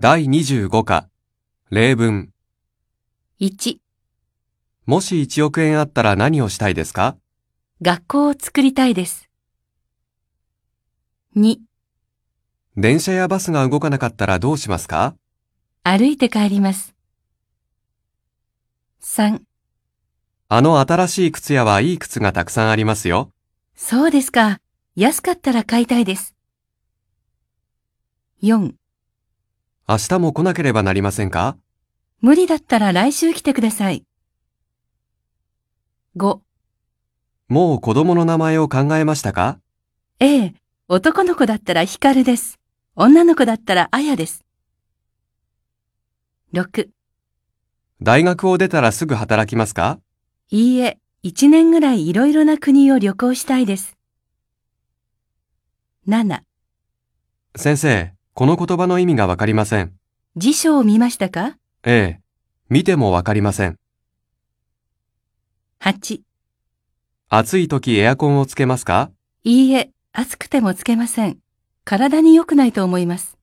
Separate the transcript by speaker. Speaker 1: 第25課、例文。
Speaker 2: 1、
Speaker 1: もし1億円あったら何をしたいですか
Speaker 2: 学校を作りたいです。2、
Speaker 1: 電車やバスが動かなかったらどうしますか
Speaker 2: 歩いて帰ります。3、
Speaker 1: あの新しい靴屋はいい靴がたくさんありますよ。
Speaker 2: そうですか。安かったら買いたいです。4、
Speaker 1: 明日も来なければなりませんか
Speaker 2: 無理だったら来週来てください。5、
Speaker 1: もう子供の名前を考えましたか
Speaker 2: ええ、男の子だったらヒカルです。女の子だったらアヤです。6、
Speaker 1: 大学を出たらすぐ働きますか
Speaker 2: いいえ、1年ぐらいいろいろな国を旅行したいです。7、
Speaker 1: 先生、この言葉の意味がわかりません。
Speaker 2: 辞書を見ましたか
Speaker 1: ええ。見てもわかりません。
Speaker 2: 8、
Speaker 1: 暑い時エアコンをつけますか
Speaker 2: いいえ、暑くてもつけません。体に良くないと思います。